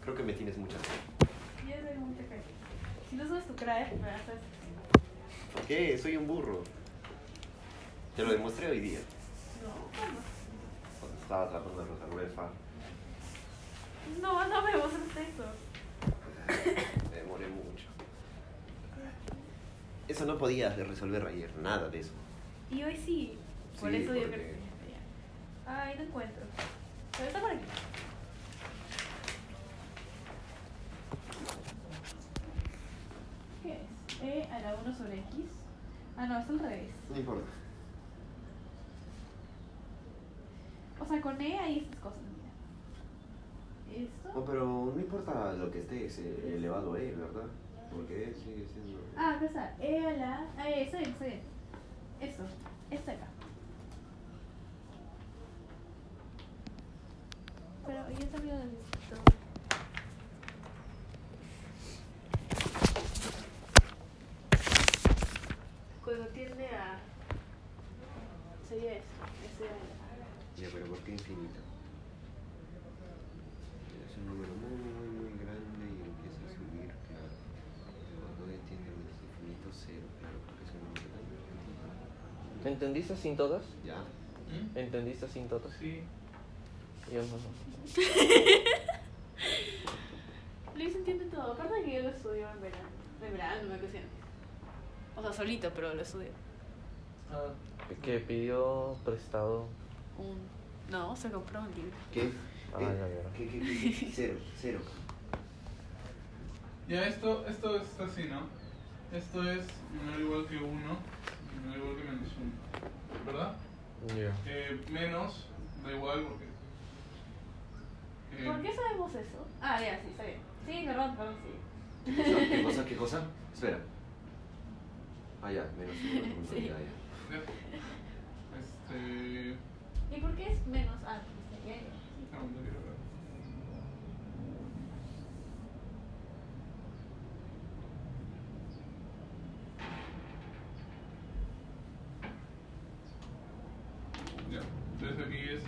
E: Creo que me tienes mucha fe.
B: Yo tengo mucha cara. Si no sabes tu cara, me vas a
E: ¿Por qué? Soy un burro. Te lo demostré hoy día.
B: No, ¿cuándo?
E: Cuando estaba trabajando en Rosa Ruefa,
B: No, no me mostraste eso.
E: me demoré mucho. Eso no podías de resolver ayer, nada de eso.
B: Y hoy sí. Por
E: Sí,
B: eso yo
E: porque-
B: creo que ya. Ay, no encuentro. Pero está por aquí. ¿Qué es? E a la 1 sobre X. Ah, no, es al revés.
E: No importa.
B: O sea, con E hay estas cosas, mira.
E: No,
B: Esto.
E: pero no importa lo que esté es eh, elevado a E, ¿verdad? Porque E sigue siendo.
B: Ah, acá está. E a la. Ah, eh, está bien, está bien. Esto. Esto acá.
I: Pero yo también lo necesito.
B: Cuando tiende a. Sería esto. Este
E: Ya, pero ¿por qué infinito? Es un número muy, muy, muy grande y empieza a subir, claro. Cuando E tiende a menos infinito, cero, claro, porque es un número tan grande.
D: ¿Entendiste sin todas?
E: Ya.
A: ¿Mm?
D: ¿Entendiste sin todas?
A: Sí.
D: Yo no. no.
B: Luis entiende todo. Aparte de que yo lo estudio en verano. En verano, me cuestión. O sea, solito, pero lo estudio.
A: Ah,
D: Es que pidió prestado.
B: Un... No, se compró un libro.
E: ¿Qué?
D: Ah,
E: ¿Qué?
D: ya vieron.
E: ¿Qué, qué, qué, qué? Cero, cero.
A: Ya, esto, esto es así, ¿no? Esto es menor o igual que 1, menor o igual que menos 1. ¿Verdad?
D: Ya.
A: Eh, menos, da igual porque. eh,
B: ¿Por qué sabemos eso? Ah, ya, sí, está bien. Sí, perdón, perdón, sí.
E: ¿Qué cosa? ¿Qué cosa? ¿Qué cosa? Espera. Ah, ya, menos uno. punto,
B: Sí.
E: Ya, ya.
A: ya. Este.
B: ¿Y por qué es menos? Ah, pues, ya, ya.
A: no, no quiero ver. Ya, entonces aquí es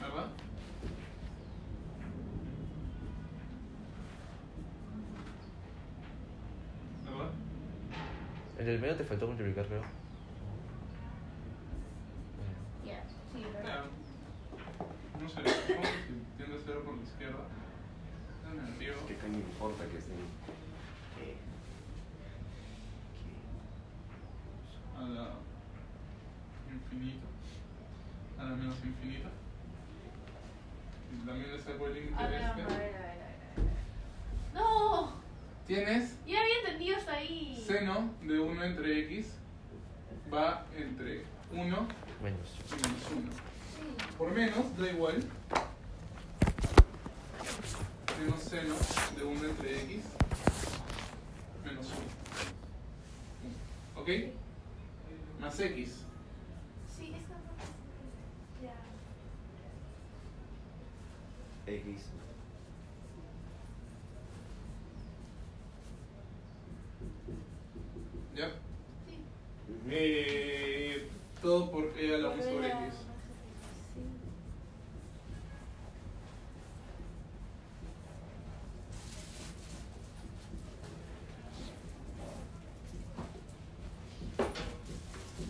A: ¿Verdad? ¿Verdad?
D: El del medio te faltó multiplicar, creo.
B: Ya, sí,
A: Ya.
B: perdón.
A: No sé, supongo que si tiende a cero por la izquierda. Es negativo.
E: ¿Qué caño importa que estén? E.
A: A la infinita. A la menos infinita. Y también le saco el límite
B: A
A: de
B: ver, a ver, Ah, a
A: este.
B: ver, a ver. a ver. ¡No!
A: Tienes
B: Ya había entendido hasta ahí.
A: seno de 1 entre x va entre 1
D: Menos.
A: y menos 1. Por menos da igual. Menos seno de 1 entre x menos 1. ¿Ok? Más x.
B: Sí, es que no me- Ya.
E: X.
A: ¿Ya? Eh, todo por e a la 1 sobre x.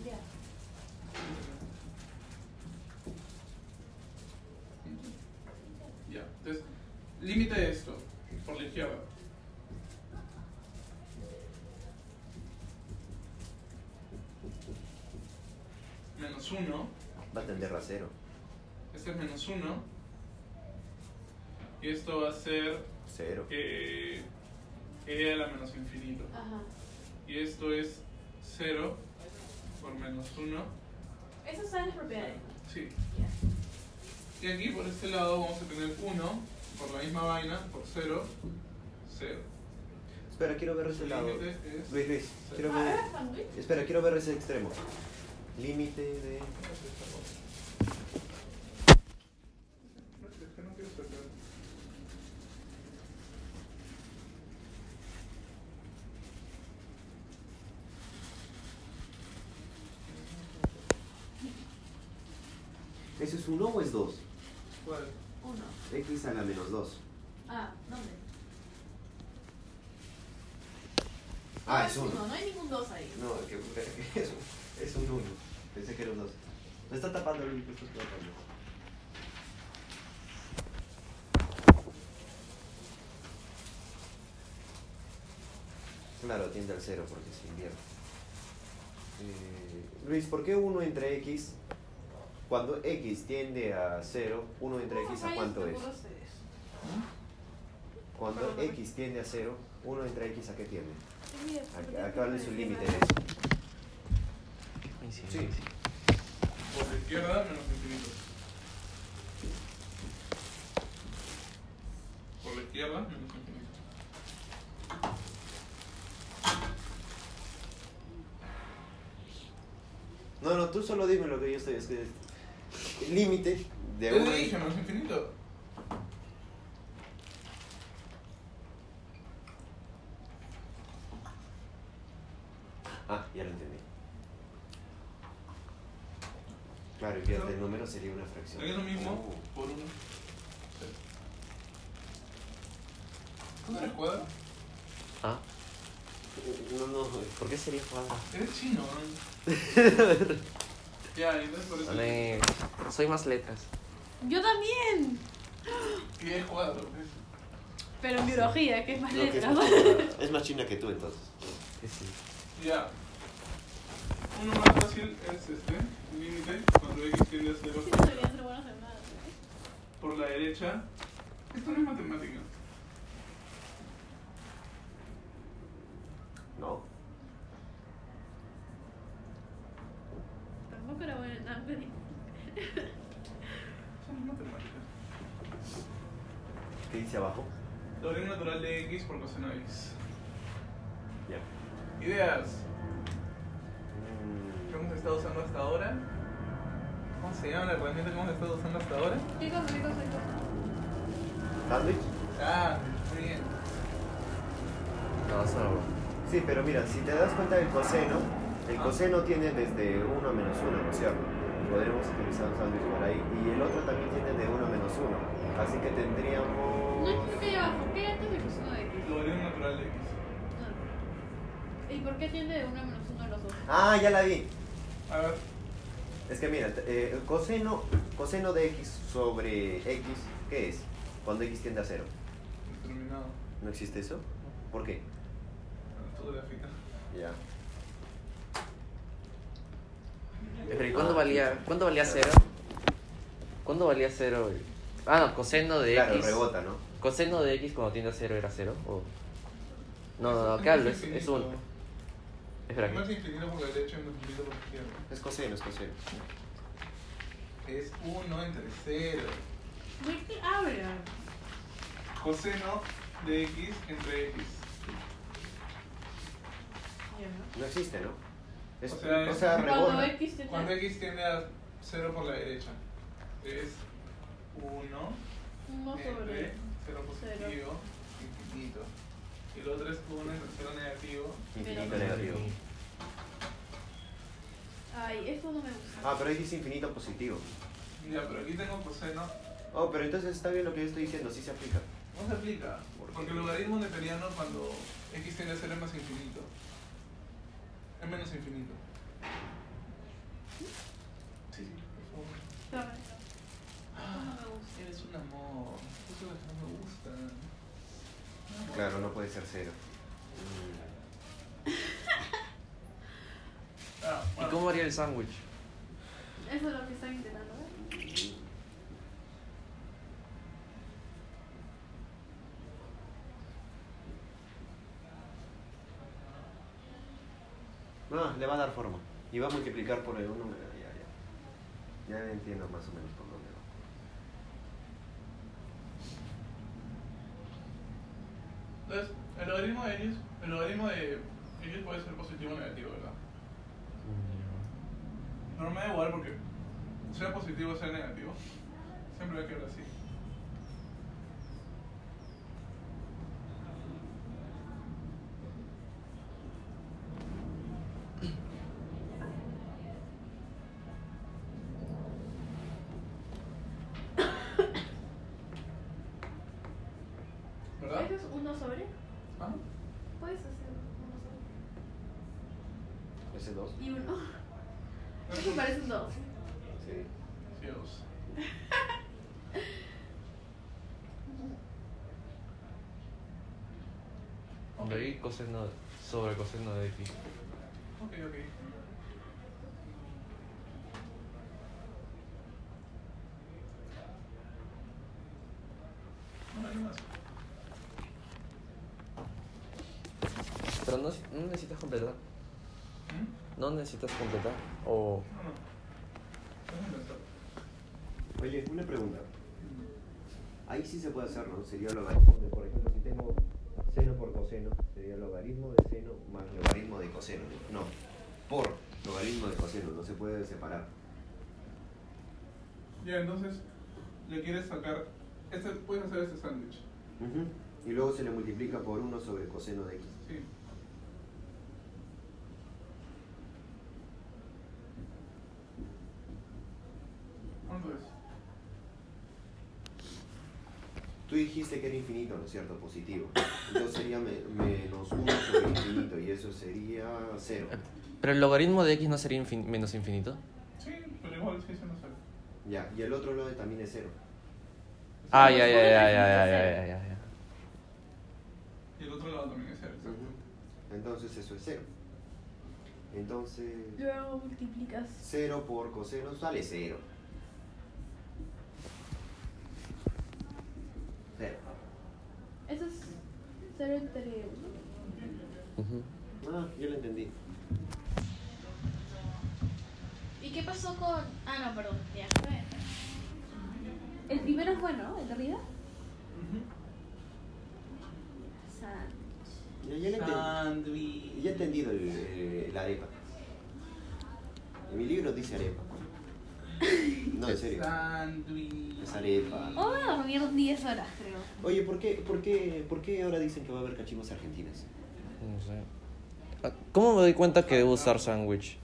B: Ya.
A: Ya. Entonces, límite de esto por la izquierda. Menos 1.
E: Va a tender a cero.
A: Este es menos 1. Y esto va a ser
E: Cero.
A: eh, e a la menos infinito.
B: Ajá.
A: Y esto es 0 por menos 1.
B: Eso está en las propiedades.
A: Sí. Y aquí por este lado vamos a tener 1 por la misma vaina, por 0, 0.
E: Espera, quiero ver ese lado.
A: El límite es-
E: Luis, Luis, quiero ver.
B: Ahora sandwich.
E: Espera, quiero ver ese extremo. Límite de. ¿Eso es 1 o es 2?
A: ¿Cuál?
B: Uno.
E: X a la menos 2.
B: Ah, nombre.
E: Ah, es 1.
B: No, no hay ningún dos ahí.
E: No, que, que es, es un 1. Pensé que era un 2. Me está tapando el me está tapando. Claro, tiende al cero porque se invierte. Eh, Luis, ¿por qué 1 entre x, cuando x tiende a 0, 1 entre x a cuánto es? Cuando x tiende a 0, 1 entre x a qué tiende? ¿A,
B: este
E: a cuál es su límite de eso?
D: Qué coincidencia.
A: Por la izquierda menos infinito. Por la izquierda menos infinito.
E: No, no, tú solo dime lo que yo estoy es que el Límite de
A: Yo le
E: 1
A: dije menos infinito.
E: Ah, ya lo entendí. Claro, invierte el número sería una fracción.
A: Es lo mismo
E: Oh.
A: por uno. ¿Tú no eres cuadra?
E: Ah. Uh, No, no, ¿por qué sería cuadra?
A: Eres chino, ¿no? Ya, entonces por eso.
D: Dale, soy más letras.
J: Yo también.
A: Y es cuadro. pues.
J: Pero en biología, que es más
E: No, que es,
J: letras.
E: más china, es más china que tú entonces.
D: Que sí.
A: Ya. Uno más fácil es este, límite, cuando x tiende a cero
K: Sí, no deberían ser buenos en nada. ¿eh?
A: por la derecha. Esto no es matemática.
E: No.
J: Tampoco era buena en nada, pero-
A: Eso no es matemática.
E: ¿Qué dice abajo?
A: La orilla natural de x por coseno de x.
E: Ya.
A: Ideas
E: Mm,
A: que hemos estado usando hasta ahora. ¿Cómo se llama la herramienta que hemos estado usando hasta ahora?
B: ¿Qué cosa, qué cosa, qué cosa?
E: ¿Sándwich?
A: Ah, muy bien.
E: No, solo. Sí, pero mira, si te das cuenta del coseno, el
A: Ah.
E: coseno tiene desde 1 a menos 1, ¿no es cierto? Podremos utilizar un sándwich para ahí. Y el otro también tiene de 1 a menos 1. Así que
B: No
E: tendríamos.
B: entiendo qué hay abajo. ¿Qué Este hay antes del coseno de X?
A: La orilla natural de x.
B: No. Ah. ¿Y por qué tiende de uno a menos uno a los dos?
E: Ah, ya la vi.
A: A ver,
E: Es que mira, t- eh, el coseno, coseno de x sobre x, ¿qué es? Cuando x tiende a 0.
A: determinado.
E: ¿No existe eso? ¿Por qué?
A: Todo gráfica.
E: Ya.
D: Pero ¿y cuándo valía, cuándo valía cero? ¿Cuándo valía cero? el- Ah, no, coseno de
E: Claro,
D: x.
E: rebota, ¿no?
D: Coseno de x cuando tiende a cero era cero. o- No, no, no, acá lo es, es un. Espera,
A: Primero es infinito por la derecha y multiplicado por la izquierda.
E: Es coseno, es coseno.
A: Es 1 entre 0.
J: ¿De qué habla?
A: Coseno de x entre x.
E: No existe, ¿no? Es,
A: O sea, es-
E: rebota.
B: Cuando X tiende
A: Cuando
B: a
A: x tiende a 0 por la derecha, es 1
B: uno
A: entre
B: sobre
A: 0 positivo infinito. Y el otro es 1 entre 0 negativo.
E: Infinito negativo.
B: Ay, eso no me gusta.
E: Ah, pero x infinito positivo.
A: Ya, pero aquí tengo coseno.
E: Oh, pero entonces está bien lo que yo estoy diciendo, sí se aplica.
A: No se aplica. Porque el logaritmo neperiano cuando x tiende a 0 es más infinito. Es menos infinito. Sí, sí, por favor.
B: Toma.
A: Ah, Eres un amor. Eso es lo que no me gusta. Un amor.
E: Claro, no puede ser cero.
A: Ah,
D: ¿Y
A: bueno.
D: cómo varía el sándwich?
J: Eso es lo que están intentando ver.
E: Mm. No, le va a dar forma. Y va a multiplicar por el un número. Ya, ya. Ya entiendo más o menos por dónde va.
A: Entonces, el logaritmo de ellos, el logaritmo de ellos puede ser positivo o negativo, ¿verdad? Pero me da igual porque sea positivo o sea negativo, siempre va a quedar así. ¿Verdad?
B: ¿Eso es uno sobre?
A: ¿Ah?
B: Puedes hacer uno sobre.
E: ¿Ese 2?
B: Y uno. Eso parece un dos.
E: Sí.
A: Dios. Ok.
D: hombre y coseno sobre coseno de x.
A: Ok, ok. No, no más.
D: Pero no, no necesitas completar.
A: ¿Mm?
D: No necesitas completar. O.
A: No, no. Déjame pensar.
E: Oye, una pregunta. Ahí sí se puede hacer, ¿no? Sería logaritmo de, por ejemplo, si tengo seno por coseno, sería logaritmo de seno más logaritmo de coseno. No, por logaritmo de coseno, no se puede separar.
A: Ya, entonces, le quieres sacar. Este, puedes hacer este sándwich.
E: Y luego se le multiplica por 1 sobre coseno de x.
A: Sí. ¿Cuánto es?
E: Tú dijiste que era infinito, ¿no es cierto? Positivo. Entonces sería me- menos 1 sobre infinito y eso sería 0.
D: Pero el logaritmo de x no sería infin- menos infinito.
A: Sí, pero igual sí se nos sale.
E: Ya, y el otro lado también es 0.
D: Ah, ya, ya, ya, ya, ya, ya, ya, ya.
A: Y el otro lado también es cero, exacto.
E: Entonces eso es 0. Entonces...
B: Luego multiplicas.
E: 0 por coseno sale 0. 0.
B: Eso es 0 entre 1.
D: Ujú.
E: Ah, yo lo entendí.
B: ¿Y qué pasó con.? Ah, no, perdón. Ya.
F: El primero es bueno, el de arriba.
E: Ya, ya lo
A: Ah.
E: entendí.
A: Sándwich.
E: Ya he entendido el, el- la arepa. En mi libro dice arepa. No, en serio.
A: Ah. Sándwich.
E: Es arepa.
F: Oh, me dormí unos 10 horas, creo.
E: Oye, ¿por qué, por, qué, ¿por qué ahora dicen que va a haber cachimbos argentinas?
D: No sé. Ah, ¿Cómo me doy cuenta que debo usar sándwich?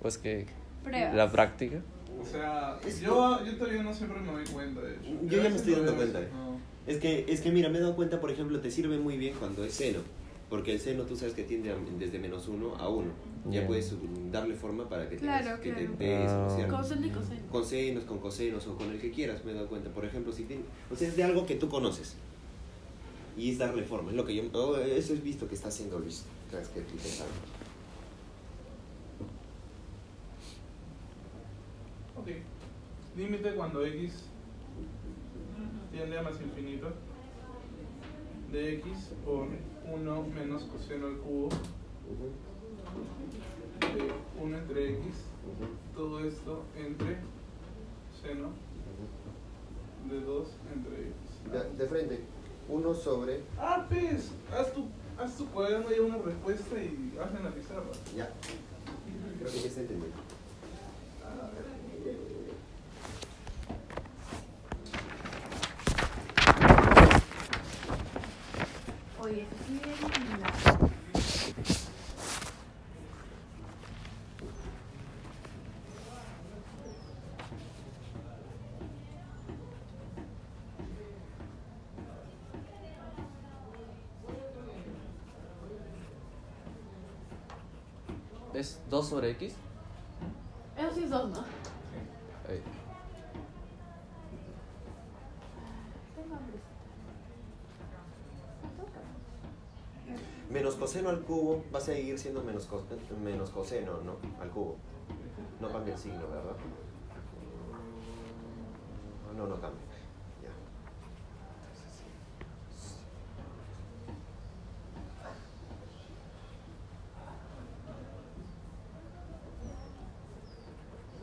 D: Pues que.
F: Pruebas.
D: La práctica.
A: O sea,
E: Es-
A: yo, yo todavía no siempre me doy cuenta de hecho.
E: Yo ya me estoy dando cuenta, eh.
A: No.
E: Es que, es que mira, me he dado cuenta, por ejemplo, te sirve muy bien cuando es seno. Porque el seno tú sabes que tiende a- desde menos 1 a 1. Ya
D: Ya.
E: puedes mm, darle forma para que, tengas-
C: Claro,
E: que te
C: claro.
E: dé eso, ¿no es
D: Ah.
E: cierto?
F: Con seno y coseno.
E: Con senos, con cosenos o con el que quieras, me he dado cuenta. Por ejemplo, si tiene, o sea, es de algo que tú conoces. Y es darle forma. Es lo que yo. oh, eso es visto que está haciendo Luis. Tras que tú te sabes.
A: Ok. Límite cuando x tiende a más infinito de x por 1 menos coseno al cubo
E: Ujú,
A: de 1 entre x.
E: ujú,
A: Todo esto entre seno
E: ujú.
A: de 2 entre x.
E: De, de frente, 1 sobre.
A: Ah, pues, haz tu, haz tu cuaderno y una respuesta y hazla en la pizarra.
E: Ya. Creo que ya se entendió. A ver.
F: Oye, eso sí es la-
D: ¿Es 2 sobre x?
F: Eso sí es dos, ¿no?
D: Ahí.
F: Tengo hambre.
E: Menos coseno al cubo va a seguir siendo menos, cos- menos coseno, ¿no? Al cubo. No cambia el signo, ¿verdad? No, no cambia. Ya.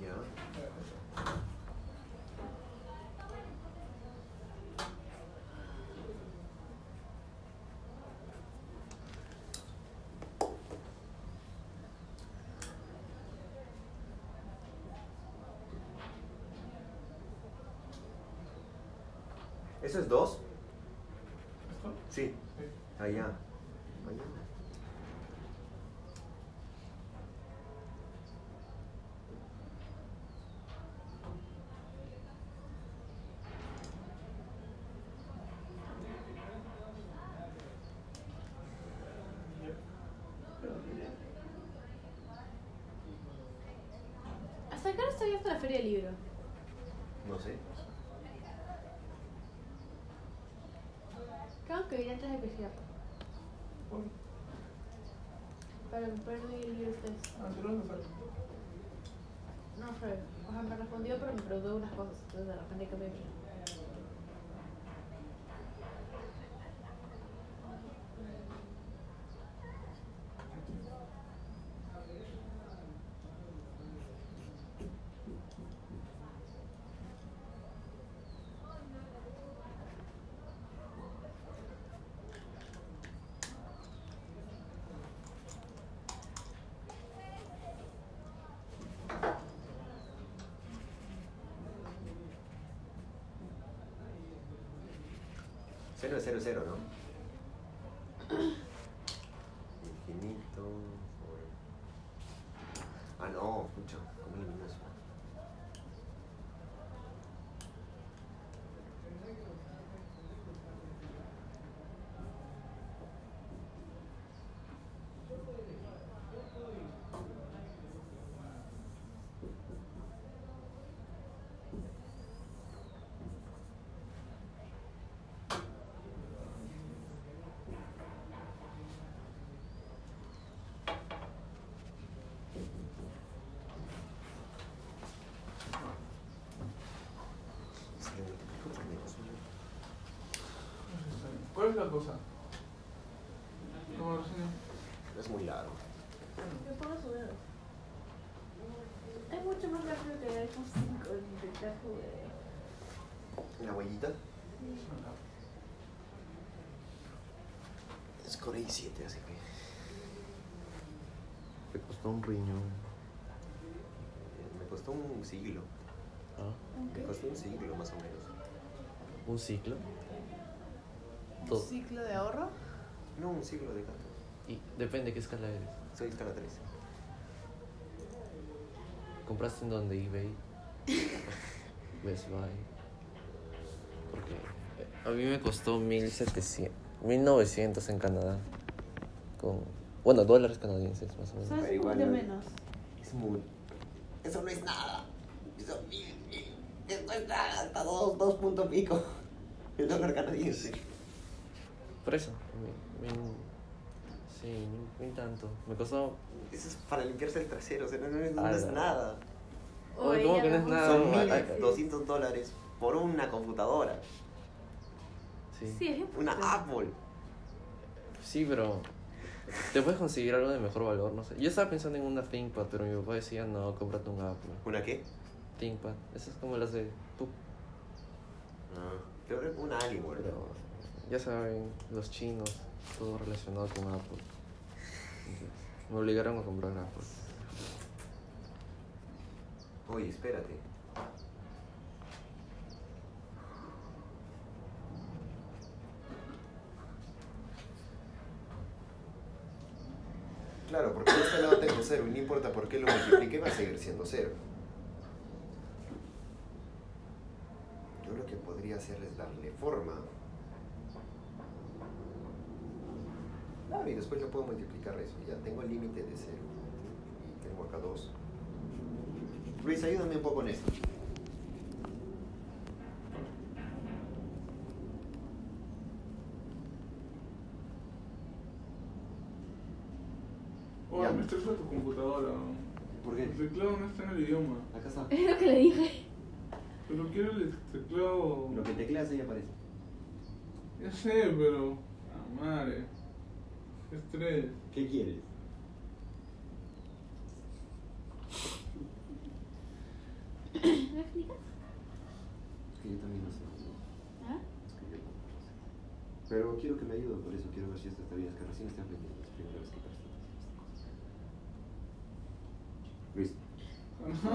E: Ya. ¿Eso es 2?
A: ¿Esto?
E: Sí.
A: Sí.
E: Allá. Allá.
F: ¿Hasta qué hora está abierta la feria del libro?
E: No sé.
F: Creo que ir antes de que cierre.
A: Por-
B: Para el perro y el ustedes.
A: Ah, tú lo vas a hacer.
B: No, pero, o sea, me respondió, pero me preguntó unas cosas. Entonces de repente cambié mi.
E: Cero es cero, cero, ¿no? Infinito. por- Ah, no, escucha, ¿cómo elimino eso? Es que me- puta, me consume.
A: ¿Cuál es la cosa? Como recién.
E: Es muy largo.
B: Yo puedo subir. Es mucho más rápido que el iPhone 5, el intentar jugar.
E: La huellita es Core i7, así que.
D: Me costó un riñón.
E: Me costó un siglo.
D: ¿Ah?
E: Me costó un siglo más o menos.
D: ¿Un ciclo?
B: ¿Un
D: Todo.
B: ciclo de ahorro?
E: No, un siglo de gato.
D: Y depende de qué escala eres.
E: Soy escala 3.
D: ¿Compraste en donde? eBay. Best Buy. Porque eh, a mí me costó 1700, 1900 en Canadá. Con, bueno, dólares canadienses más o menos.
F: ¿Sabes?
E: Pero igual
F: de
E: no-
F: menos.
E: Es muy. Eso no es nada. Eso no es nada. Hasta dos, dos puntos pico. El dólar canadiense.
D: Por eso. Me, me- sí, ni, ni tanto. Me costó.
E: Eso es para limpiarse el trasero. O sea, no, no es, no
D: Ah,
E: es
D: no.
E: nada.
D: Oye, ¿cómo que no es nada?
E: Son
D: Ah,
E: mil
D: ah,
E: doscientos dólares por una computadora.
D: Sí.
F: Sí, es
E: Una
F: importante.
E: Apple.
D: Sí, pero te puedes conseguir algo de mejor valor, no sé. Yo estaba pensando en una ThinkPad, pero mi papá decía, no, cómprate un Apple.
E: ¿Una qué?
D: ThinkPad, esas como las de tú, Ah.
E: Creo que una Alienware.
D: pero ya saben, los chinos, todo relacionado con Apple. Entonces, me obligaron a comprar Apple.
E: Oye, espérate. Claro, porque de este lado tengo cero y no importa por qué lo multiplique, va a seguir siendo cero. Yo lo que podría hacer es darle forma. Claro, y después yo puedo multiplicar eso. Ya tengo el límite de cero. Y tengo acá dos. Luis, ayúdame un poco con esto.
A: Oye, Oh, me estresó tu computadora.
E: ¿Por
A: El
E: qué?
A: teclado no está en el idioma.
E: Acá está.
F: Es lo que le dije.
A: Pero quiero el teclado.
E: Lo que tecleas ahí aparece.
A: Ya sé, pero. Ah, madre. Estrés.
E: ¿Qué quieres?
F: ¿Me explicas?
E: Es que yo también no sé.
F: ¿Ah?
E: Es que yo tampoco sé. Pero quiero que me ayude por eso. Quiero ver si esto está bien. Es que recién estoy aprendiendo. Es la primera vez que presto atención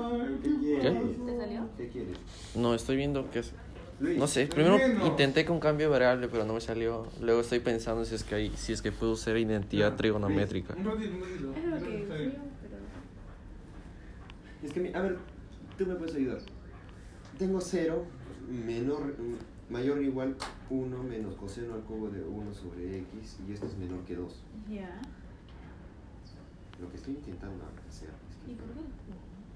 E: a estas cosas. Luis,
F: ¿Cuánto te salió?
A: Ay,
E: ¿qué quieres?
F: ¿Te salió?
E: ¿Qué quieres?
D: No, estoy viendo que es...
E: Luis,
D: No sé,
A: Al
D: primero
A: menos.
D: intenté con cambio de variable, pero no me salió. Luego estoy pensando si es que hay, si es que puedo usar identidad
A: Ya,
D: trigonométrica.
A: Un ratito, un ratito.
F: Es lo
A: Creo
F: que
A: está bien.
F: digo, pero.
E: Es que, mi- a ver, tú me puedes ayudar. Tengo 0 menor, mayor o igual 1 menos coseno al cubo de 1 sobre x y esto es menor que 2.
F: Ya.
E: Lo que estoy intentando hacer es que
F: ¿Y por qué?